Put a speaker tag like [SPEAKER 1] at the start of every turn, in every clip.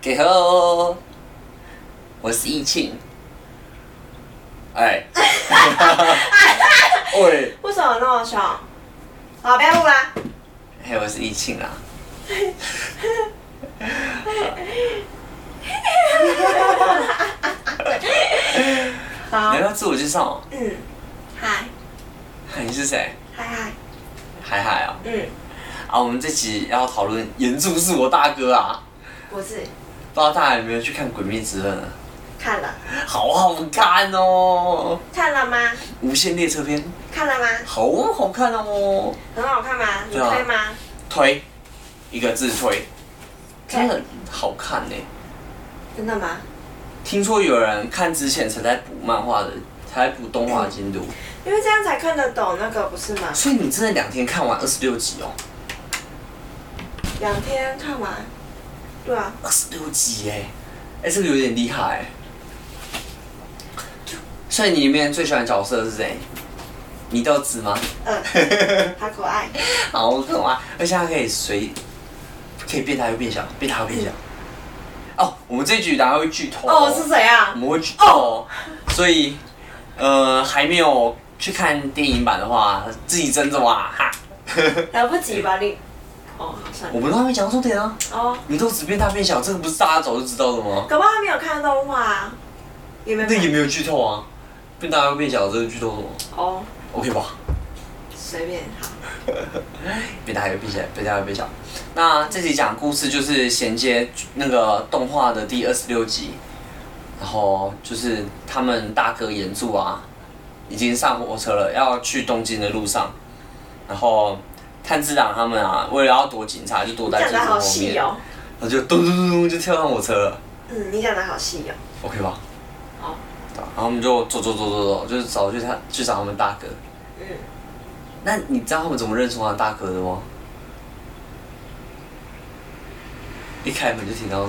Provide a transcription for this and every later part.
[SPEAKER 1] 给吼，我是易庆。哎，喂，
[SPEAKER 2] 为什么那么凶？好，不要录 啦。
[SPEAKER 1] 嘿，我是易庆啊啦。
[SPEAKER 2] 好
[SPEAKER 1] 你，要自我介绍哦？
[SPEAKER 2] 嗯，嗨，
[SPEAKER 1] 嗨你是谁？
[SPEAKER 2] 嗨嗨，
[SPEAKER 1] 海海啊！
[SPEAKER 2] 嗯，
[SPEAKER 1] 啊，我们这集要讨论严柱是我大哥啊。
[SPEAKER 2] 我是
[SPEAKER 1] 不知道大家有没有去看《鬼灭之刃》啊？
[SPEAKER 2] 看了，
[SPEAKER 1] 好好看哦，
[SPEAKER 2] 看了吗？
[SPEAKER 1] 《无限列车篇》
[SPEAKER 2] 看了吗？
[SPEAKER 1] 好好看哦，
[SPEAKER 2] 很好看吗？你
[SPEAKER 1] 对啊
[SPEAKER 2] 推吗？
[SPEAKER 1] 推一个字推，
[SPEAKER 2] 推
[SPEAKER 1] 真的好看呢、
[SPEAKER 2] 真的吗？
[SPEAKER 1] 听说有人看之前才在补漫画的，才在补动画进度，
[SPEAKER 2] 因为这样才看得懂那个，不是吗？
[SPEAKER 1] 所以你真的两天看完二十六集哦，
[SPEAKER 2] 两天看完，对啊，
[SPEAKER 1] 二十六集哎、哎、这个有点厉害、欸。所以你里面最喜欢的角色是谁？你豆子 吗？
[SPEAKER 2] 嗯，好可爱，
[SPEAKER 1] 好可爱，而且它可以随，可以变大又变小，变大又变小。哦，我们这一局大家会剧透
[SPEAKER 2] 哦，是谁啊
[SPEAKER 1] 我？们会剧透，所以呃还没有去看电影版的话，自己斟酌啊哈。
[SPEAKER 2] 来不及吧你？哦，好算
[SPEAKER 1] 我
[SPEAKER 2] 了，
[SPEAKER 1] 们都还没讲到重点啊，
[SPEAKER 2] 哦，
[SPEAKER 1] 你都只变大变小，这个不是大家早就知道的吗？
[SPEAKER 2] 搞不好他没有看动画啊，有没有
[SPEAKER 1] 那也
[SPEAKER 2] 看？
[SPEAKER 1] 没有剧透啊，变大又变小这个剧透什么
[SPEAKER 2] 哦，
[SPEAKER 1] ？OK 吧？
[SPEAKER 2] 随便，好，
[SPEAKER 1] 变大又变小，变大又变小。那这集讲故事就是衔接那个动画的第二十六集，然后就是他们大哥岩柱啊，已经上火车了，要去东京的路上，然后炭治郎他们啊，为了要躲警察，就躲在
[SPEAKER 2] 讲
[SPEAKER 1] 警
[SPEAKER 2] 的
[SPEAKER 1] 察
[SPEAKER 2] 好
[SPEAKER 1] 后
[SPEAKER 2] 细
[SPEAKER 1] 面，
[SPEAKER 2] 哦，
[SPEAKER 1] 然后就咚咚咚咚就跳上火车了
[SPEAKER 2] 嗯，你讲的好细哦，
[SPEAKER 1] ，OK 吧？
[SPEAKER 2] 好，
[SPEAKER 1] 对啊然后我们就走走走走走，就是找去他去找他们大哥。
[SPEAKER 2] 嗯，
[SPEAKER 1] 那你知道他们怎么认出他大哥的吗？一开门就听到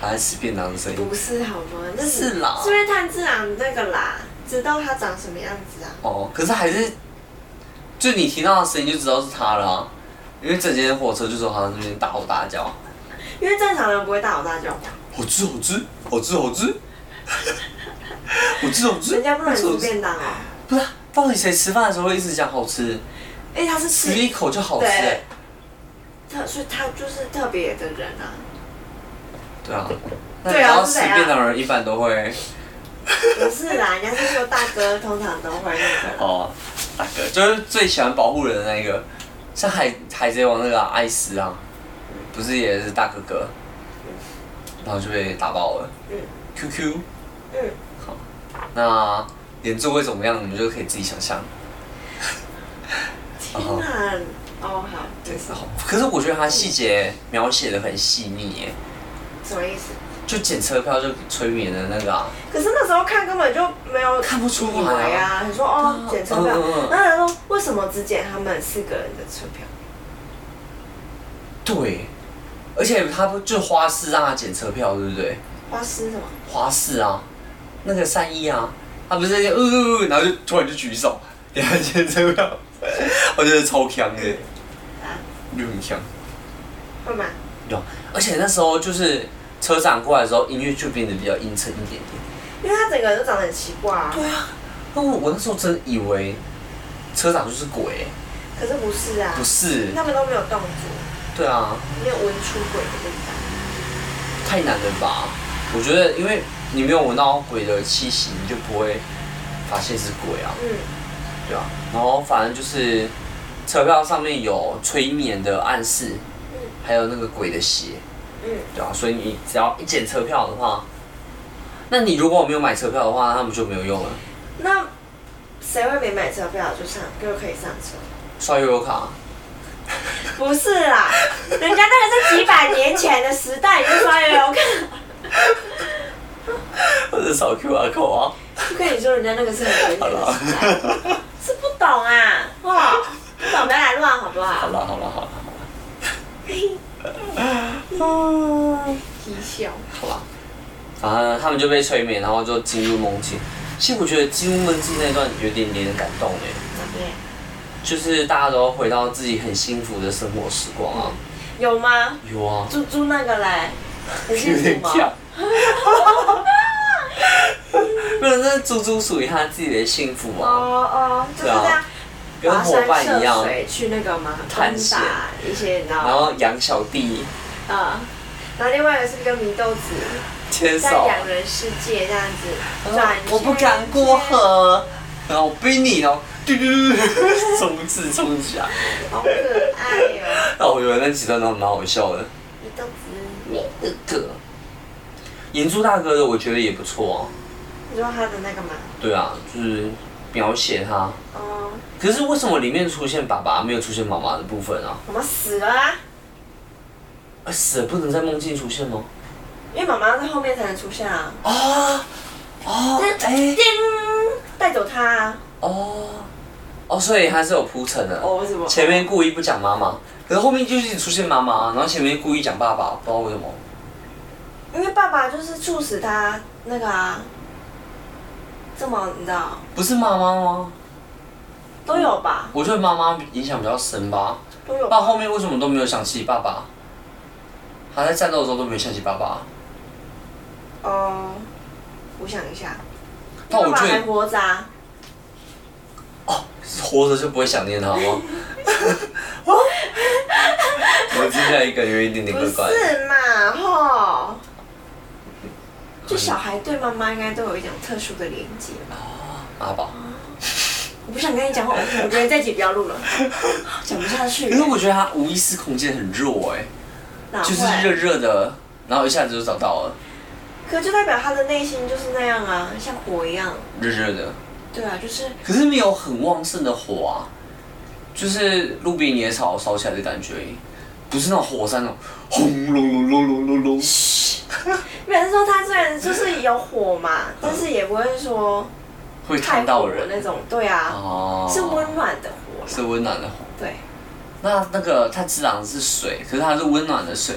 [SPEAKER 1] 他在吃便当的声音。
[SPEAKER 2] 不是好吗？那
[SPEAKER 1] 是啦
[SPEAKER 2] 是因为炭治郎那个啦，知道他长什么样子啊？
[SPEAKER 1] 哦，可是还是，就你听到的声音就知道是他了、啊，因为整间火车就说他在那边大吼大叫，
[SPEAKER 2] 因为正常人不会大吼大叫吧，
[SPEAKER 1] 好吃好吃好吃好吃， 好吃好吃。
[SPEAKER 2] 人家不能
[SPEAKER 1] 好
[SPEAKER 2] 吃
[SPEAKER 1] 吃好吃
[SPEAKER 2] 便当哦，
[SPEAKER 1] 不是啊，到底谁吃饭的时候会一直讲好吃？
[SPEAKER 2] 哎，他是
[SPEAKER 1] 吃一口就好吃、欸
[SPEAKER 2] 对。特，所以他就是特别的人啊。
[SPEAKER 1] 对啊，那你
[SPEAKER 2] 对
[SPEAKER 1] 知
[SPEAKER 2] 啊
[SPEAKER 1] 道
[SPEAKER 2] 是
[SPEAKER 1] 吃
[SPEAKER 2] 怎样
[SPEAKER 1] 便当的人一般都会。
[SPEAKER 2] 不是啦， 人家是说大哥通常都会那 个。
[SPEAKER 1] 哦，大哥就是最喜欢保护人的那一个，像海海贼王那个啊艾斯啊，不是也是大哥哥，然后就被打爆了。
[SPEAKER 2] 嗯
[SPEAKER 1] QQ，
[SPEAKER 2] 嗯，
[SPEAKER 1] 那连柱会怎么样，你们就可以自己想象。
[SPEAKER 2] 天哪！哦，好，没事
[SPEAKER 1] 然。后，可哦是我觉得他细节描写的很细腻耶，
[SPEAKER 2] 什么意思？
[SPEAKER 1] 就捡车票就催眠的那个啊，
[SPEAKER 2] 可是那时候看根本就没有
[SPEAKER 1] 看不出
[SPEAKER 2] 以
[SPEAKER 1] 来
[SPEAKER 2] 为
[SPEAKER 1] 啊。
[SPEAKER 2] 啊，你说哦
[SPEAKER 1] 嗯
[SPEAKER 2] 检车票
[SPEAKER 1] 嗯嗯，
[SPEAKER 2] 那人说为什么只检他们四个人的车票？
[SPEAKER 1] 对，而且他不就花式让他捡车票，对不对？
[SPEAKER 2] 花师什么？
[SPEAKER 1] 花式啊，那个善意啊，他不是在那边呃呃，呃然后就突然就举手， 给他签车票，我觉得超强的，
[SPEAKER 2] 啊，
[SPEAKER 1] 就很强。
[SPEAKER 2] 会吗？
[SPEAKER 1] 对啊，而且那时候就是车长过来的时候，音乐就变得比较阴沉一点点。
[SPEAKER 2] 因为他整个人都长得很奇怪啊，
[SPEAKER 1] 啊，那我我那时候真的以为车长就是鬼、欸
[SPEAKER 2] 可是不是啊
[SPEAKER 1] 不，是？
[SPEAKER 2] 他们都没有动作，
[SPEAKER 1] 对啊，
[SPEAKER 2] 没有闻出鬼的味道。
[SPEAKER 1] 太难了吧？我觉得因为你没有闻到鬼的气息，你就不会发现是鬼啊。
[SPEAKER 2] 嗯，
[SPEAKER 1] 对啊，然后反正就是车票上面有催眠的暗示，还有那个鬼的鞋，
[SPEAKER 2] 嗯，
[SPEAKER 1] 对啊，所以你只要一捡车票的话，那你如果没有买车票的话，他们就没有用了。
[SPEAKER 2] 那谁会没买车票就上就可以上车？
[SPEAKER 1] 刷悠游卡，
[SPEAKER 2] 不是啦，人家那个是几百年前的时代，你就哎刷悠游卡。
[SPEAKER 1] 或者扫 QR code 啊，
[SPEAKER 2] 不跟你说，人家那个是很久以前的时代，是不懂啊，哦，不懂不要来乱好不
[SPEAKER 1] 好
[SPEAKER 2] 好？
[SPEAKER 1] 了好了好了
[SPEAKER 2] 皮笑，
[SPEAKER 1] 好了，反正他们就被催眠，然后就进入梦境。其实我觉得进入梦境那段有点点感动哎、
[SPEAKER 2] 怎么样？
[SPEAKER 1] 就是大家都回到自己很幸福的生活时光啊。
[SPEAKER 2] 有吗？
[SPEAKER 1] 有啊，
[SPEAKER 2] 猪猪那个嘞，你是
[SPEAKER 1] 有
[SPEAKER 2] 什
[SPEAKER 1] 点
[SPEAKER 2] 么？
[SPEAKER 1] 跳。 没有，那是猪猪属于他自己的幸福
[SPEAKER 2] 哦
[SPEAKER 1] 啊，
[SPEAKER 2] 哦，就是
[SPEAKER 1] 对啊
[SPEAKER 2] 这样，
[SPEAKER 1] 跟伙伴一
[SPEAKER 2] 跋山涉
[SPEAKER 1] 样。
[SPEAKER 2] 水去那个嘛，
[SPEAKER 1] 探险
[SPEAKER 2] 攻打一些，你知道
[SPEAKER 1] 然
[SPEAKER 2] 吗？
[SPEAKER 1] 后养小弟，
[SPEAKER 2] 嗯，然后另外一个是跟米豆子
[SPEAKER 1] 牵
[SPEAKER 2] 在
[SPEAKER 1] 手，
[SPEAKER 2] 两人世界这样子转圈圈，
[SPEAKER 1] 嗯我不敢过河，然后我逼你，然后嘟嘟嘟冲刺冲起来。
[SPEAKER 2] 好可爱哦，
[SPEAKER 1] 那我觉得那几段都蛮好笑的。
[SPEAKER 2] 米豆子，
[SPEAKER 1] 那个岩柱大哥的，我觉得也不错哦、
[SPEAKER 2] 你说他的那个吗？
[SPEAKER 1] 对啊，就是描写他。
[SPEAKER 2] 哦，
[SPEAKER 1] 可是为什么里面出现爸爸没有出现妈妈的部分啊？
[SPEAKER 2] 妈妈死了啊，
[SPEAKER 1] 啊死了不能在梦境出现吗？
[SPEAKER 2] 因为妈妈在后面才能出现啊，
[SPEAKER 1] 啊哦哎
[SPEAKER 2] 叮，带走他啊，
[SPEAKER 1] 哦哦，所以他是有铺陈的。
[SPEAKER 2] 哦，为什么？
[SPEAKER 1] 前面故意不讲妈妈，可是后面就是一直出现妈啊妈，然后前面故意讲爸爸，不知道为什么。
[SPEAKER 2] 因为爸爸就是促使他那个啊，这么你知道
[SPEAKER 1] 不是妈妈吗？
[SPEAKER 2] 都有吧，
[SPEAKER 1] 我觉得妈妈影响比较深吧。
[SPEAKER 2] 都有
[SPEAKER 1] 爸
[SPEAKER 2] 吧，
[SPEAKER 1] 后面为什么都没有想起爸爸？他在战斗的时候都没有想起爸爸。
[SPEAKER 2] 哦，我想一下，
[SPEAKER 1] 但我
[SPEAKER 2] 爸爸
[SPEAKER 1] 觉
[SPEAKER 2] 还
[SPEAKER 1] 得
[SPEAKER 2] 活着啊，
[SPEAKER 1] 活着就不会想念他吗？ 我听起来一个有一点点
[SPEAKER 2] 不
[SPEAKER 1] 怪怪的。
[SPEAKER 2] 是嘛，吼。就小孩对妈妈应该都有一种特殊的连接吧。
[SPEAKER 1] 妈宝。
[SPEAKER 2] 我不想跟你讲话，我我觉得这集不要录 了，讲不下去
[SPEAKER 1] 可。是我觉得他无意识空间很弱哎、
[SPEAKER 2] 哪
[SPEAKER 1] 就是
[SPEAKER 2] 啊会
[SPEAKER 1] 热？热的，然后一下子就找到了，
[SPEAKER 2] 可就代表他的内心就是那样啊，像火一样。
[SPEAKER 1] 热热的。
[SPEAKER 2] 对啊，就是
[SPEAKER 1] 可是没有很旺盛的火啊，就是路边野草烧起来的感觉而已，不是那种火山那种轰隆隆隆隆隆隆。
[SPEAKER 2] 没有是说他虽然就是有火嘛，但是也不会说
[SPEAKER 1] 嗯会
[SPEAKER 2] 太
[SPEAKER 1] 烫到
[SPEAKER 2] 火
[SPEAKER 1] 人
[SPEAKER 2] 那种。对啊，
[SPEAKER 1] 哦，
[SPEAKER 2] 是温暖的火啦。
[SPEAKER 1] 是温暖的火。
[SPEAKER 2] 对，
[SPEAKER 1] 那那个它自然是水，可是它是温暖的水。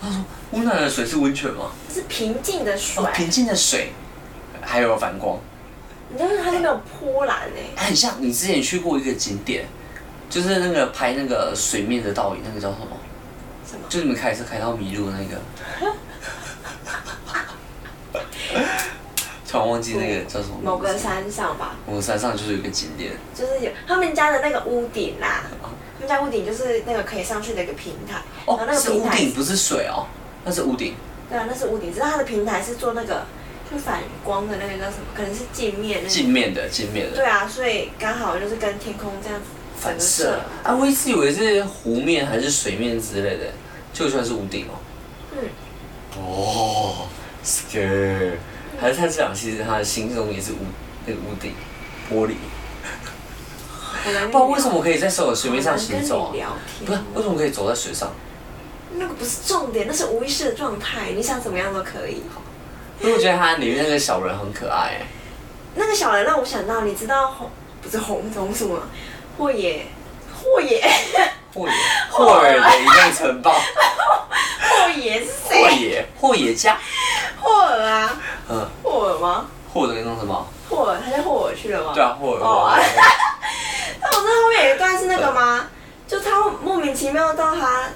[SPEAKER 1] 他说温暖的水是温泉吗？
[SPEAKER 2] 是平静的水
[SPEAKER 1] 哦，，平静的水，还有反光，
[SPEAKER 2] 你就是它那种波澜哎，
[SPEAKER 1] 它很像你之前去过一个景点，就是那个拍那个水面的倒影，那个叫什么？
[SPEAKER 2] 什么？
[SPEAKER 1] 就你们开车开到迷路的那个， 突然忘记那个叫什么名字
[SPEAKER 2] 某个，山上吧，
[SPEAKER 1] 某个山上就是有一个景点，
[SPEAKER 2] 就是有他们家的那个屋顶啦，他们家屋顶就是那个可以上去的一个平台，然后
[SPEAKER 1] 哦，
[SPEAKER 2] 那个
[SPEAKER 1] 是
[SPEAKER 2] 平
[SPEAKER 1] 屋
[SPEAKER 2] 台
[SPEAKER 1] 顶，不是水哦，那是屋顶，
[SPEAKER 2] 对啊，那是屋顶，只是它的平台是做那个就反光的那个叫什么，可能是镜面那
[SPEAKER 1] 镜
[SPEAKER 2] 种，
[SPEAKER 1] 面的镜面的
[SPEAKER 2] 嗯对啊，所以刚好就是跟天空这样子整
[SPEAKER 1] 反
[SPEAKER 2] 个
[SPEAKER 1] 射。啊，我一直以为是湖面还是水面之类的，就算是屋顶哦。
[SPEAKER 2] 嗯，
[SPEAKER 1] 哦，scare，还是他这样，其实他的心中也是屋那个屋顶玻璃，
[SPEAKER 2] 嗯好难跟你聊
[SPEAKER 1] 不知道为什么可以在所有水面上行走
[SPEAKER 2] 好
[SPEAKER 1] 啊
[SPEAKER 2] 哦难跟你？聊
[SPEAKER 1] 不是
[SPEAKER 2] 天，
[SPEAKER 1] 为什么可以走在水上？
[SPEAKER 2] 那个不是重点，那是无意识的状态，你想怎么样都可以。
[SPEAKER 1] 因为我觉得他里面那个小人很可爱、欸，
[SPEAKER 2] 那个小人让我想到，你知道红不是红棕什么，霍野，霍野，
[SPEAKER 1] 霍野，霍尔的移动城堡，
[SPEAKER 2] 霍野是
[SPEAKER 1] 霍
[SPEAKER 2] 谁？
[SPEAKER 1] 野，霍野家，
[SPEAKER 2] 霍尔啊，
[SPEAKER 1] 嗯，
[SPEAKER 2] 霍尔吗？
[SPEAKER 1] 霍的那种什么？
[SPEAKER 2] 霍尔，他叫霍尔去了吗？
[SPEAKER 1] 对啊，霍尔，
[SPEAKER 2] 哦
[SPEAKER 1] 霍尔
[SPEAKER 2] 但我这后面有一段是那个吗？就他莫名其妙到他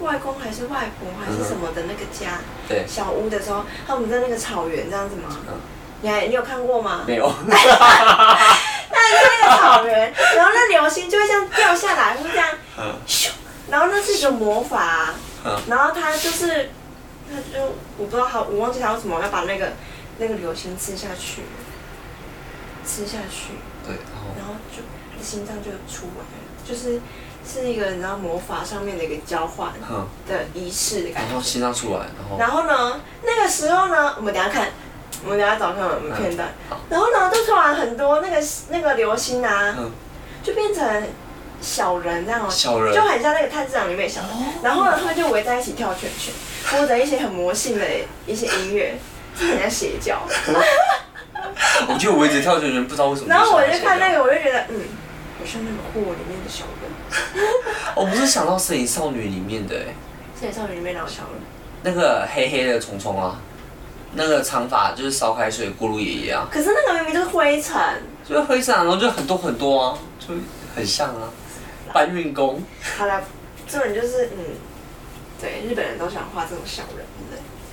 [SPEAKER 2] 外公还是外婆还是什么的那个家、
[SPEAKER 1] 对，
[SPEAKER 2] 小屋的时候，他们在那个草原这样子吗？
[SPEAKER 1] 嗯
[SPEAKER 2] 你还你有看过吗？
[SPEAKER 1] 没 有，
[SPEAKER 2] 那那个草原，然后那流星就会这样掉下来，会这样
[SPEAKER 1] 嗯
[SPEAKER 2] 咻，然后那是一个魔法、啊
[SPEAKER 1] 嗯
[SPEAKER 2] 然后他就是，他就我不知道他，我忘记他为什么要把那个那个流星吃下去，吃下去，
[SPEAKER 1] 对，然后
[SPEAKER 2] 然后就他的心脏就出来了，就是是一个你知道魔法上面的一个交换
[SPEAKER 1] 嗯，
[SPEAKER 2] 的仪式的感
[SPEAKER 1] 然
[SPEAKER 2] 觉。
[SPEAKER 1] 后心脏出来，然后
[SPEAKER 2] 然后呢，那个时候呢，我们等一下看，我们等一下找看我们片段
[SPEAKER 1] 嗯好。
[SPEAKER 2] 然后呢，就突然很多那个那个流星啊，
[SPEAKER 1] 嗯，
[SPEAKER 2] 就变成小人那样，哦
[SPEAKER 1] 小人
[SPEAKER 2] 就很像那个探知长里面的小人。然后呢，他们就围在一起跳圈圈，播着一些很魔性的一些音乐，就很像邪教。
[SPEAKER 1] 嗯我觉得我一直跳圈圈，不知道为什么。
[SPEAKER 2] 然后我就看那，个，我就觉得，嗯，好像那个货里面的小人，
[SPEAKER 1] 我哦不是想到《摄影少女》里面的、欸、
[SPEAKER 2] 《现在少女》里面那个小人。
[SPEAKER 1] 那个黑黑的虫虫啊，那个长发就是烧开水锅炉爷爷啊，
[SPEAKER 2] 可是那个明明就是灰尘。
[SPEAKER 1] 就是灰色啊，然后就很多很多啊，就很像啊，搬运工。
[SPEAKER 2] 好了，这种就是嗯，对，日本人都喜欢画这种小人，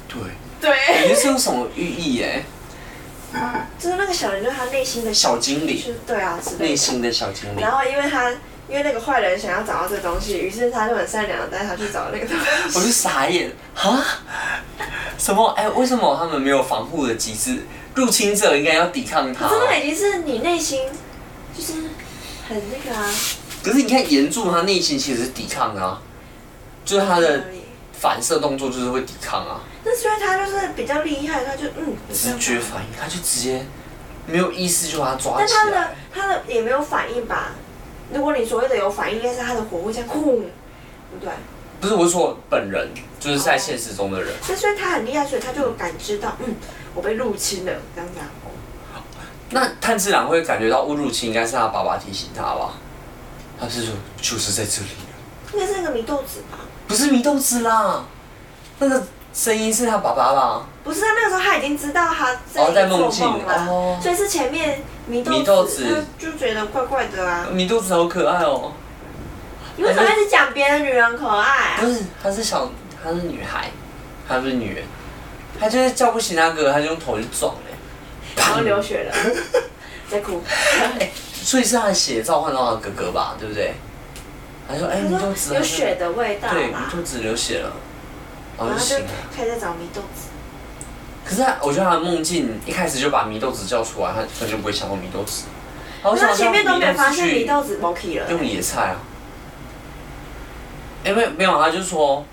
[SPEAKER 1] 对，
[SPEAKER 2] 对，
[SPEAKER 1] 你是有什么寓意耶？
[SPEAKER 2] 就是那个小人，就是他内心的
[SPEAKER 1] 小精
[SPEAKER 2] 就
[SPEAKER 1] 灵，
[SPEAKER 2] 是对啊之类
[SPEAKER 1] 内
[SPEAKER 2] 的。
[SPEAKER 1] 心的小精灵
[SPEAKER 2] 然。后因为他因为那个坏人想要找到这个东西，于是他就很善良的带他去找那个东
[SPEAKER 1] 我就
[SPEAKER 2] 西。
[SPEAKER 1] 傻眼啊！什么？哎、为什么他们没有防护的机制？入侵者应该要抵抗他
[SPEAKER 2] 可。是那已经是你内心就是很那个啊，
[SPEAKER 1] 可是你看岩柱，他内心其实是抵抗的啊，就是他的反射动作就是会抵抗啊，
[SPEAKER 2] 那虽然他就是比较厉害，他就嗯，
[SPEAKER 1] 直觉反应，他就直接没有意识就把他抓
[SPEAKER 2] 但
[SPEAKER 1] 起
[SPEAKER 2] 他的
[SPEAKER 1] 来。
[SPEAKER 2] 他的也没有反应吧？如果你所谓的有反应，应该是他的火会这样轰，对不对？
[SPEAKER 1] 不是我是说本人，就是在现实中的人，
[SPEAKER 2] 那所以他很厉害，所以他就有感知到，嗯，我被入侵了，这样子啊。
[SPEAKER 1] 那炭治郎会感觉到误入侵，应该是他爸爸提醒他吧？他是说就是在这里，
[SPEAKER 2] 应该是那个米豆子吧？
[SPEAKER 1] 不是祢豆子啦，那个声音是他爸爸吧？
[SPEAKER 2] 不是，他啊那个时候他已经知道他
[SPEAKER 1] 哦在梦
[SPEAKER 2] 梦
[SPEAKER 1] 境
[SPEAKER 2] 了，
[SPEAKER 1] 哦
[SPEAKER 2] 所以是前面米豆
[SPEAKER 1] 米豆子呃
[SPEAKER 2] 他就觉得怪怪的啊。
[SPEAKER 1] 米肚子好可爱哦、
[SPEAKER 2] 你为什么一直讲别的女人可爱、
[SPEAKER 1] 不
[SPEAKER 2] 啊？
[SPEAKER 1] 是，她是小，她是女孩，她不是女人，她就是叫不醒那个，她就用头去撞哎、
[SPEAKER 2] 然后流血了， 在哭。
[SPEAKER 1] 所以是她的血召唤到她哥哥吧，对不对？她说：“哎、
[SPEAKER 2] 他
[SPEAKER 1] 米豆子
[SPEAKER 2] 说有血，的味道
[SPEAKER 1] 她说对，米
[SPEAKER 2] 啦，
[SPEAKER 1] 肚子流血了，然
[SPEAKER 2] 然
[SPEAKER 1] 后
[SPEAKER 2] 后
[SPEAKER 1] 就
[SPEAKER 2] 他
[SPEAKER 1] 醒
[SPEAKER 2] 就
[SPEAKER 1] 了。
[SPEAKER 2] 开始在找米豆子。
[SPEAKER 1] 可是她，我觉得她的梦境一开始就把米豆子叫出来，她她就不会想到米豆子。哦好
[SPEAKER 2] 那
[SPEAKER 1] 想
[SPEAKER 2] 前面都没有发现
[SPEAKER 1] 米
[SPEAKER 2] 米豆子 m o k 了，
[SPEAKER 1] 用野菜啊，因为没有，她啊就说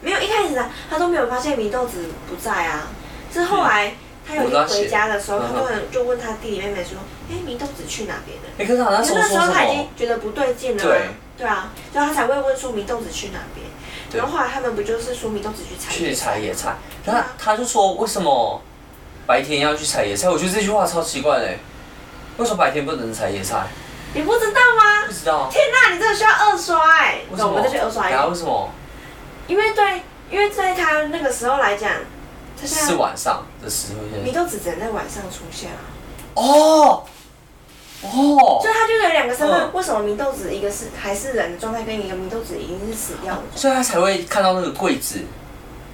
[SPEAKER 2] 没有一开始啊，他都没有发现米豆子不在啊，是后来他有一天回家的时候，
[SPEAKER 1] 我知
[SPEAKER 2] 他
[SPEAKER 1] 道
[SPEAKER 2] 突然就问他弟弟妹妹说：“哎，米豆子去哪边了
[SPEAKER 1] 哎、可是好？”像
[SPEAKER 2] 可是
[SPEAKER 1] 说
[SPEAKER 2] 那
[SPEAKER 1] 说
[SPEAKER 2] 时候
[SPEAKER 1] 什
[SPEAKER 2] 他已
[SPEAKER 1] 么
[SPEAKER 2] 经？觉得不对劲了啊，
[SPEAKER 1] 对
[SPEAKER 2] 对啊，所以他才会问说米豆子去哪边。
[SPEAKER 1] 对
[SPEAKER 2] 然后后来他们不就是说米豆子去采
[SPEAKER 1] 去采野菜，
[SPEAKER 2] 对
[SPEAKER 1] 那
[SPEAKER 2] 啊
[SPEAKER 1] 他就说为什么白天要去采野菜？我觉得这句话超奇怪的欸，为什么白天不能采野菜？
[SPEAKER 2] 你不知道吗
[SPEAKER 1] 不？知道，啊
[SPEAKER 2] 天哪，你真的需要二刷哎！
[SPEAKER 1] 为什
[SPEAKER 2] 那
[SPEAKER 1] 么？
[SPEAKER 2] 我们再去二刷一
[SPEAKER 1] 然后
[SPEAKER 2] 遍，
[SPEAKER 1] 为什么
[SPEAKER 2] 因为对，因为在他那个时候来讲，他现
[SPEAKER 1] 是
[SPEAKER 2] 在
[SPEAKER 1] 晚上的时候
[SPEAKER 2] 米
[SPEAKER 1] 现在？
[SPEAKER 2] 豆子只能在晚上出现啊。
[SPEAKER 1] 哦哦
[SPEAKER 2] 所，以他就有两个身份，
[SPEAKER 1] 嗯
[SPEAKER 2] 为什么祢豆子一个是还是人的状态，跟一个祢豆子已经是死掉的？
[SPEAKER 1] 所以他才会看到那个柜子。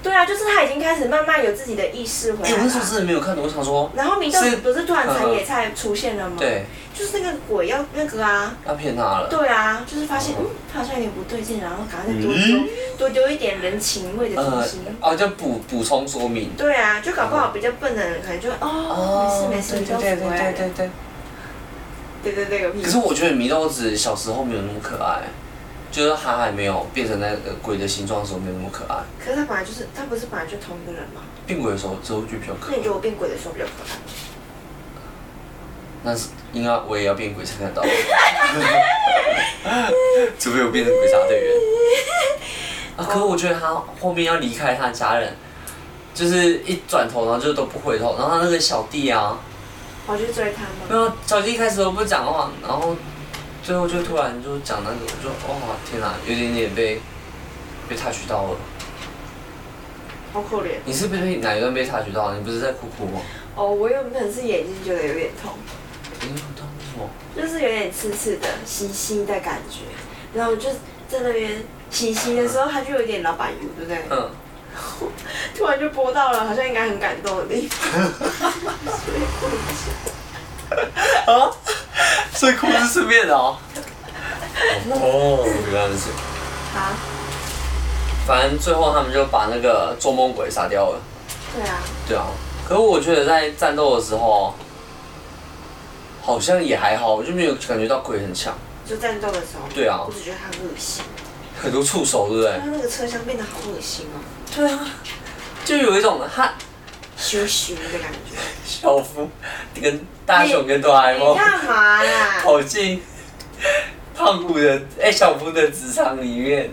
[SPEAKER 2] 对啊，就是他已经开始慢慢有自己的意识回
[SPEAKER 1] 哎、
[SPEAKER 2] 来
[SPEAKER 1] 我
[SPEAKER 2] 了
[SPEAKER 1] 那时候真的没有看懂，我想说，
[SPEAKER 2] 然后祢豆
[SPEAKER 1] 是嗯
[SPEAKER 2] 子不是突然采野菜出现了吗？，
[SPEAKER 1] 对，
[SPEAKER 2] 就是那个鬼要那个啊，
[SPEAKER 1] 他骗他了。
[SPEAKER 2] 对啊，就是发现
[SPEAKER 1] 嗯
[SPEAKER 2] 嗯，他好像有点不对劲，然后赶快再多丢、多丢一点人情味的东
[SPEAKER 1] 呃
[SPEAKER 2] 西。，
[SPEAKER 1] 哦，就补补充说明。
[SPEAKER 2] 对啊，就搞不好比较笨的人可能就哦，没事没事，祢
[SPEAKER 1] 对
[SPEAKER 2] 豆
[SPEAKER 1] 对
[SPEAKER 2] 子
[SPEAKER 1] 对
[SPEAKER 2] 回来
[SPEAKER 1] 对
[SPEAKER 2] 了
[SPEAKER 1] 对。对。
[SPEAKER 2] 对对对，有屁
[SPEAKER 1] 可。是我觉得祢豆子小时候没有那么可爱，就是她还没有变成那个鬼的形状的时候没有那么可爱，
[SPEAKER 2] 可是他本来就是，他不是本来就同一个人吗？
[SPEAKER 1] 变鬼的时候之后就比较可
[SPEAKER 2] 那你觉
[SPEAKER 1] 爱。
[SPEAKER 2] 得 我变鬼的时候比较可爱吗？
[SPEAKER 1] 那是应该我也要变鬼才看到， 除非我变成鬼杀队员。
[SPEAKER 2] 哦
[SPEAKER 1] 啊，可是我觉得他后面要离开他的家人，就是一转头然后就都不回头，然后他那个小弟啊，
[SPEAKER 2] 我去哦追他吗？
[SPEAKER 1] 没有小弟一开始都不讲话，然后最后就突然就讲那个，我就哦天哪、有点点被被 touch 到了。
[SPEAKER 2] 好可怜
[SPEAKER 1] 你是不是哪一段被察觉到？你不是在哭哭吗？
[SPEAKER 2] 哦！我原本是眼睛觉得有点痛，
[SPEAKER 1] 哎，我懂为什么？
[SPEAKER 2] 就是有点刺刺的、吸吸的感觉，然后我就在那边吸吸的时候，它就有点老板油，对不对？
[SPEAKER 1] 嗯，
[SPEAKER 2] 突然就播到了，好像应该很感动的地方。
[SPEAKER 1] 所以哭是顺便的哦。哦，原来是。
[SPEAKER 2] 啊，
[SPEAKER 1] 反正最后他们就把那个做梦鬼杀掉了。
[SPEAKER 2] 对啊，
[SPEAKER 1] 对啊，可是我觉得在战斗的时候，好像也还好，我就没有感觉到鬼很强。
[SPEAKER 2] 就战斗的时候，
[SPEAKER 1] 对啊
[SPEAKER 2] 我只觉得它很恶心，
[SPEAKER 1] 很多触手，对不对
[SPEAKER 2] 它？那个车厢变得好恶心哦，
[SPEAKER 1] 对啊，就有一种他
[SPEAKER 2] 羞羞的感觉。
[SPEAKER 1] 小夫跟大雄跟哆啦 A
[SPEAKER 2] 你
[SPEAKER 1] 梦
[SPEAKER 2] 干嘛啦？
[SPEAKER 1] 跑进胖虎的哎、小夫的职场里面，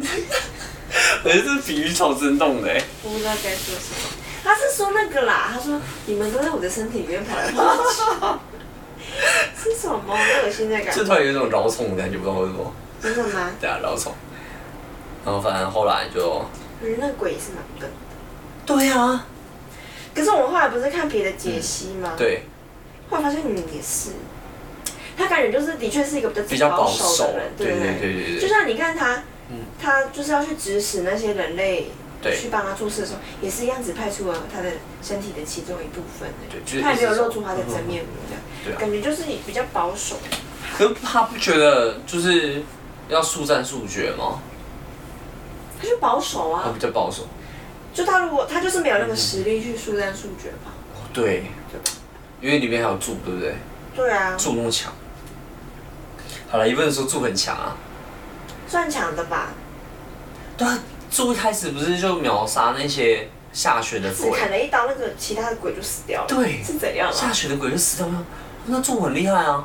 [SPEAKER 1] 我觉得这比喻超生动的哎、
[SPEAKER 2] 我不知道该说什么。他是说那个啦，他说你们都在我的身体里面跑来跑 去，是什么恶心的感
[SPEAKER 1] 就
[SPEAKER 2] 觉？
[SPEAKER 1] 突然有一种饶宠的感觉，不知道为什么，
[SPEAKER 2] 真的吗？
[SPEAKER 1] 对啊，饶宠。然后反正后来就，
[SPEAKER 2] 我觉得那鬼也是蛮笨。
[SPEAKER 1] 对啊，
[SPEAKER 2] 可是我们后来不是看别的解析吗？，
[SPEAKER 1] 对，
[SPEAKER 2] 后来发现你也是，他感觉就是的确是一个比较
[SPEAKER 1] 比较保
[SPEAKER 2] 守
[SPEAKER 1] 守
[SPEAKER 2] 的人，，
[SPEAKER 1] 对
[SPEAKER 2] 不
[SPEAKER 1] 对对对
[SPEAKER 2] 就
[SPEAKER 1] 对，
[SPEAKER 2] 像你看他
[SPEAKER 1] 嗯，
[SPEAKER 2] 他就是要去指使那些人类
[SPEAKER 1] 对
[SPEAKER 2] 去帮他注射的时候，也是一样只派出了他的身体的其中一部分的
[SPEAKER 1] 对就是，
[SPEAKER 2] 他也没有
[SPEAKER 1] 一直
[SPEAKER 2] 露出他的真面目这
[SPEAKER 1] 对啊
[SPEAKER 2] 样，感觉就是比较保守。
[SPEAKER 1] 可是他不觉得就是要速战速决吗？
[SPEAKER 2] 他就保守
[SPEAKER 1] 他
[SPEAKER 2] 啊
[SPEAKER 1] 比，较保守。
[SPEAKER 2] 就他如果他就是没有那个实力去速战速决吧。
[SPEAKER 1] 哦对，因为里面还有柱，对不对？
[SPEAKER 2] 对啊，
[SPEAKER 1] 柱那么强。好了，也不能说柱很强啊。
[SPEAKER 2] 算强的吧，
[SPEAKER 1] 对啊，柱一开始不是就秒杀那些下雪的
[SPEAKER 2] 只
[SPEAKER 1] 鬼？
[SPEAKER 2] 砍了一刀，那个其他的鬼就死掉了。
[SPEAKER 1] 对
[SPEAKER 2] 是怎样
[SPEAKER 1] 下
[SPEAKER 2] 啊？
[SPEAKER 1] 雪的鬼就死掉了，那柱很厉害啊。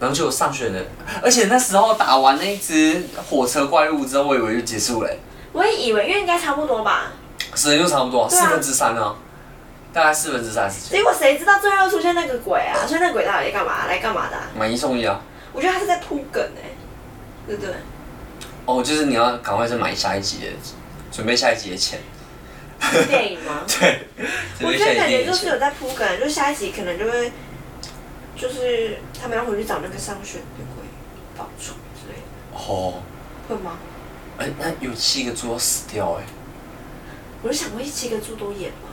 [SPEAKER 1] 然后就有上雪的，而且那时候打完那一只火车怪物之后，我以为就结束了、欸，
[SPEAKER 2] 我也以为，因为应该差不多吧，
[SPEAKER 1] 时间就差不多、
[SPEAKER 2] 对啊
[SPEAKER 1] 四分之三啊，大概四分之三时间，
[SPEAKER 2] 结果谁知道最后出现那个鬼啊？所以那个鬼到底干嘛？来干嘛的啊、
[SPEAKER 1] 买一送一啊。
[SPEAKER 2] 我觉得他是在铺梗哎、对不对？
[SPEAKER 1] 哦，就是你要赶快再买下一集的，准备下一集的钱。
[SPEAKER 2] 是 电影 吗？
[SPEAKER 1] 对，准
[SPEAKER 2] 我
[SPEAKER 1] 备
[SPEAKER 2] 觉
[SPEAKER 1] 下
[SPEAKER 2] 得
[SPEAKER 1] 一
[SPEAKER 2] 感
[SPEAKER 1] 集
[SPEAKER 2] 觉
[SPEAKER 1] 的
[SPEAKER 2] 就是
[SPEAKER 1] 钱。
[SPEAKER 2] 有在铺梗，就下一集可能就会，就是他们要回去找那个上学的鬼报仇之类的，
[SPEAKER 1] 哦，
[SPEAKER 2] 会吗？
[SPEAKER 1] 哎、那有七个猪要死掉哎、
[SPEAKER 2] 我就想过七个猪都演嘛，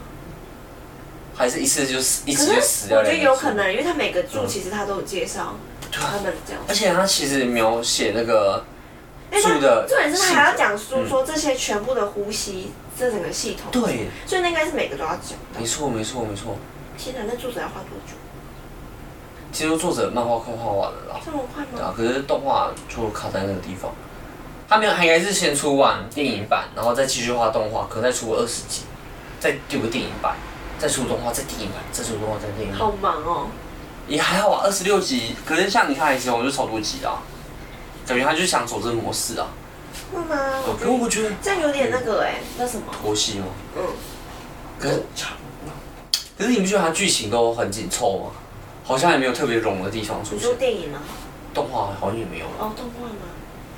[SPEAKER 1] 还是一次就死，一
[SPEAKER 2] 可
[SPEAKER 1] 次就死啊
[SPEAKER 2] 是
[SPEAKER 1] 掉
[SPEAKER 2] 我
[SPEAKER 1] 两个
[SPEAKER 2] 觉得
[SPEAKER 1] 猪
[SPEAKER 2] 有可。能，因为他每个猪
[SPEAKER 1] 嗯
[SPEAKER 2] 其实他都有介绍
[SPEAKER 1] 对
[SPEAKER 2] 他
[SPEAKER 1] 啊，
[SPEAKER 2] 们这样
[SPEAKER 1] 而且他其实描写那个
[SPEAKER 2] 哎
[SPEAKER 1] 猪的
[SPEAKER 2] 重点是他还要讲
[SPEAKER 1] 性
[SPEAKER 2] 述
[SPEAKER 1] 格
[SPEAKER 2] 说这些全部的呼吸，这整个系统，
[SPEAKER 1] 对，
[SPEAKER 2] 所以那应该是每个都要讲的。
[SPEAKER 1] 没错没错没错。
[SPEAKER 2] 天哪，那作者要画多久？
[SPEAKER 1] 听说作者漫画快画完了啦，
[SPEAKER 2] 这么快
[SPEAKER 1] 对
[SPEAKER 2] 吗？
[SPEAKER 1] 啊，可是动画就卡在那个地方。他没有，他应该是先出完电影版，然后再继续画动画，可能再出个二十集，再丢个电影版，再出动画，再电影版，再出动画，再电影版。
[SPEAKER 2] 好忙哦。
[SPEAKER 1] 也还好吧，啊二十六集。可是像你看《海贼王》就超多集的啊，感觉他就想走这个模式啊。
[SPEAKER 2] 会吗？我觉
[SPEAKER 1] 可是我
[SPEAKER 2] 得
[SPEAKER 1] 觉得
[SPEAKER 2] 这样有点那个哎，那什么？
[SPEAKER 1] 国哦戏吗？
[SPEAKER 2] 嗯，
[SPEAKER 1] 可是啊可是你不觉得它剧情都很紧凑吗？好像也没有特别冗的地方出
[SPEAKER 2] 你
[SPEAKER 1] 现
[SPEAKER 2] 说。电影吗？
[SPEAKER 1] 动画好像也没有了。
[SPEAKER 2] 哦，动画吗？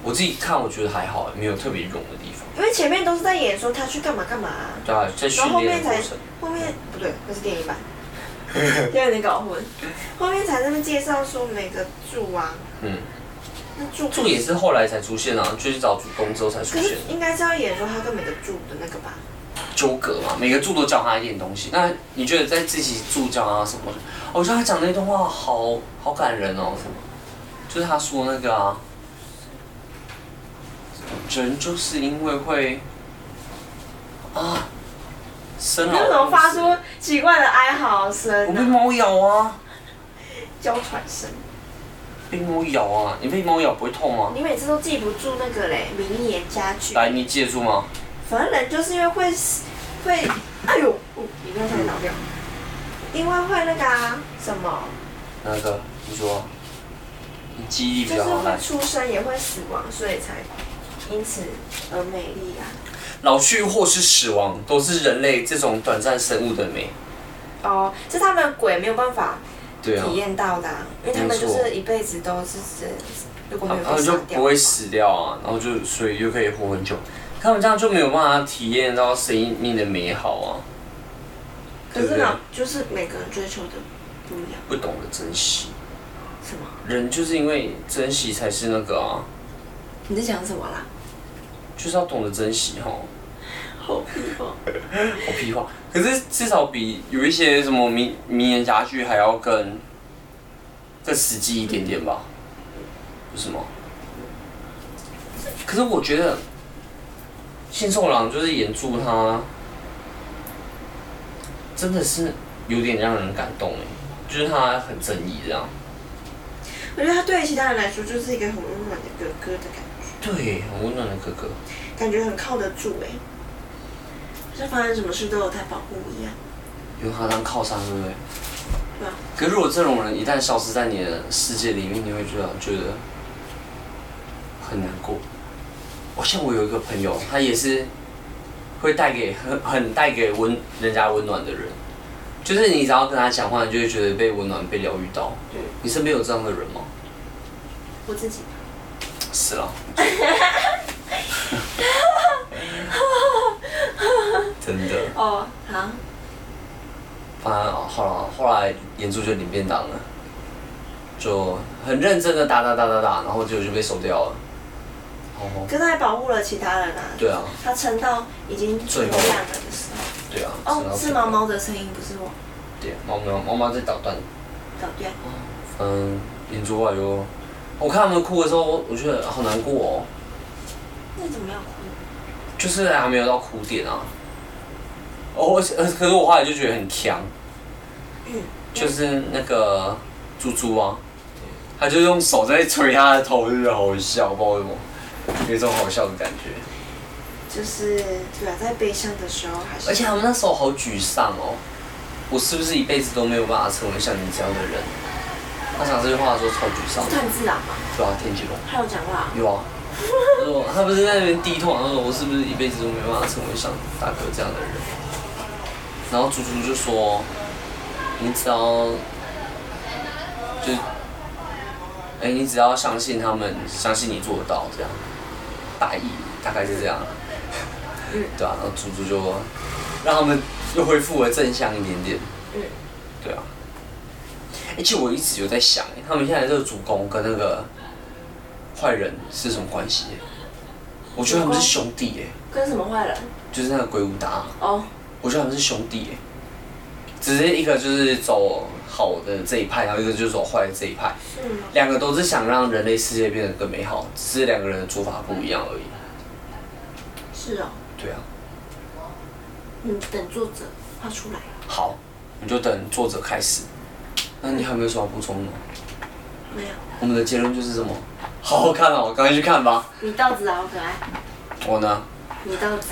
[SPEAKER 1] 我自己看我觉得还好，没有特别冗的地方。
[SPEAKER 2] 因为前面都是在演说他去干嘛干嘛啊，
[SPEAKER 1] 对啊，在训
[SPEAKER 2] 然后后
[SPEAKER 1] 练
[SPEAKER 2] 面
[SPEAKER 1] 的过
[SPEAKER 2] 才
[SPEAKER 1] 程。
[SPEAKER 2] 后面不对，那是电 影版，有点搞混。后面才在那边介绍说每个柱啊，
[SPEAKER 1] 嗯，
[SPEAKER 2] 那柱
[SPEAKER 1] 柱也是后来才出现啊，就是找主公之后才出
[SPEAKER 2] 可
[SPEAKER 1] 现
[SPEAKER 2] 是应该是要演说他跟每个柱的那个吧？
[SPEAKER 1] 纠葛嘛。每个柱都教他一点东西。那你觉得在自己柱教啊什么的？我觉得他讲那段话好好感人哦，什么？就是他说那个啊，人就是因为会啊，生
[SPEAKER 2] 你
[SPEAKER 1] 老
[SPEAKER 2] 为什么发
[SPEAKER 1] 病死
[SPEAKER 2] 出奇怪的哀嚎
[SPEAKER 1] 我
[SPEAKER 2] 声
[SPEAKER 1] 被
[SPEAKER 2] 呢？
[SPEAKER 1] 猫咬啊，
[SPEAKER 2] 娇喘声。
[SPEAKER 1] 被猫咬啊，你被猫咬不会痛吗？
[SPEAKER 2] 你每次都记不住那个嘞，名言佳句。
[SPEAKER 1] 来，你记得住吗？
[SPEAKER 2] 反正人就是因为会死会，哎呦，哦，饮料差点倒掉。因为会那个啊，什么，
[SPEAKER 1] 那个，你说，你记忆力
[SPEAKER 2] 就
[SPEAKER 1] 比
[SPEAKER 2] 是
[SPEAKER 1] 较好。来
[SPEAKER 2] 会，出生也会死亡，所以才因此而美丽啊。
[SPEAKER 1] 老去或是死亡，都是人类这种短暂生物的美。
[SPEAKER 2] 哦，这他们鬼没有办法
[SPEAKER 1] 对啊
[SPEAKER 2] 体，验到的啊、因为他们就是一辈子都是只，如果
[SPEAKER 1] 他
[SPEAKER 2] 没有
[SPEAKER 1] 们啊他
[SPEAKER 2] 被
[SPEAKER 1] 们就
[SPEAKER 2] 杀
[SPEAKER 1] 不
[SPEAKER 2] 掉，
[SPEAKER 1] 会死掉啊，然后就所以就可以活很久。他们这样就没有办法体验到生命的美好啊，
[SPEAKER 2] 可
[SPEAKER 1] 对不
[SPEAKER 2] 是
[SPEAKER 1] 对
[SPEAKER 2] 呢，就是每个人追求的不一样，
[SPEAKER 1] 不懂得珍惜。
[SPEAKER 2] 是吗？
[SPEAKER 1] 人就是因为珍惜才是那个啊，
[SPEAKER 2] 你在讲什么啦？
[SPEAKER 1] 就是要懂得珍惜哈。
[SPEAKER 2] 好屁哦！
[SPEAKER 1] 好屁话。可是至少比有一些什么名名言佳句还要更更实际一点点吧，不是吗？可是我觉得信受郎就是演住他，真的是有点让人感动哎，就是他很正义这样。
[SPEAKER 2] 我觉得他对其他人来说就是一个很温暖的哥哥的感觉。
[SPEAKER 1] 对，很温暖的哥哥。
[SPEAKER 2] 感觉很靠得住哎、欸，像发生什么事都有他保护一样。
[SPEAKER 1] 有他当靠山，对不对？
[SPEAKER 2] 对啊
[SPEAKER 1] 可如果这种人一旦消失在你的世界里面，你会觉得觉得很难过。我、像我有一个朋友，他也是会带给很很带给温人家温暖的人，就是你只要跟他讲话，你就会觉得被温暖、被疗愈到。
[SPEAKER 2] 嗯
[SPEAKER 1] 你身边有这样的人吗？
[SPEAKER 2] 我自己，
[SPEAKER 1] 是 啦。真的，
[SPEAKER 2] 哦，好，
[SPEAKER 1] 反正好了，啊后来演出就领便当了，就很认真的打打打打打，然后结果就被收掉了。哦，
[SPEAKER 2] 可是他还保护了其他人啊。
[SPEAKER 1] 对啊，
[SPEAKER 2] 他撑到已经
[SPEAKER 1] 最
[SPEAKER 2] 流
[SPEAKER 1] 后
[SPEAKER 2] 浪了的时候。
[SPEAKER 1] 对啊。
[SPEAKER 2] 哦，是毛
[SPEAKER 1] 吗？
[SPEAKER 2] 毛的声音，不是我
[SPEAKER 1] 对，啊猫猫猫猫在捣蛋。
[SPEAKER 2] 搞掉。
[SPEAKER 1] 嗯，眼珠外哟。我看他们哭的时候，我我觉得好难过哦，
[SPEAKER 2] 那怎么要哭？
[SPEAKER 1] 就是还没有到哭点啊。哦，我呃可是我后来就觉得很强，
[SPEAKER 2] 嗯
[SPEAKER 1] 就是那个猪猪啊，他就用手在捶他的头，就觉得好笑，不知道为什么，有一种好笑的感觉。
[SPEAKER 2] 就是对啊，在悲伤的时候还是。
[SPEAKER 1] 而且他们那时候好沮丧哦，我是不是一辈子都没有办法成为像你这样的人？他讲这句话的时候超沮丧
[SPEAKER 2] 是
[SPEAKER 1] 的，
[SPEAKER 2] 段自然嘛，
[SPEAKER 1] 对啊，天气龙
[SPEAKER 2] 还有讲话。
[SPEAKER 1] 有啊，他说他不是在那边低头，他说我是不是一辈子都没办法成为像大哥这样的人？然后猪猪就说，你只要就哎、你只要相信他们，相信你做得到，这样大意大概是这样。
[SPEAKER 2] 嗯
[SPEAKER 1] 对啊，然后猪猪就让他们又恢复了正向一点点。
[SPEAKER 2] 嗯
[SPEAKER 1] 对啊。哎、其实我一直有在想，他们现在这个主公跟那个坏人是什么关系？我觉得他们是兄弟耶，
[SPEAKER 2] 跟什么坏人？
[SPEAKER 1] 就是那个鬼武达，
[SPEAKER 2] 哦，
[SPEAKER 1] 我觉得他们是兄弟耶，只是一个就是走好的这一派，然后一个就是走坏的这一派。
[SPEAKER 2] 是吗？
[SPEAKER 1] 两个都是想让人类世界变得更美好，只是两个人的做法不一样而已。
[SPEAKER 2] 是哦，
[SPEAKER 1] 对啊，
[SPEAKER 2] 嗯，等作者画出来。
[SPEAKER 1] 好，你就等作者开始。那你还有没有什么要补充的吗？
[SPEAKER 2] 没有，
[SPEAKER 1] 我们的结论就是什么？啊好好看哦，赶快去看吧。
[SPEAKER 2] 啊米豆子好可爱，
[SPEAKER 1] 我呢，
[SPEAKER 2] 米豆子，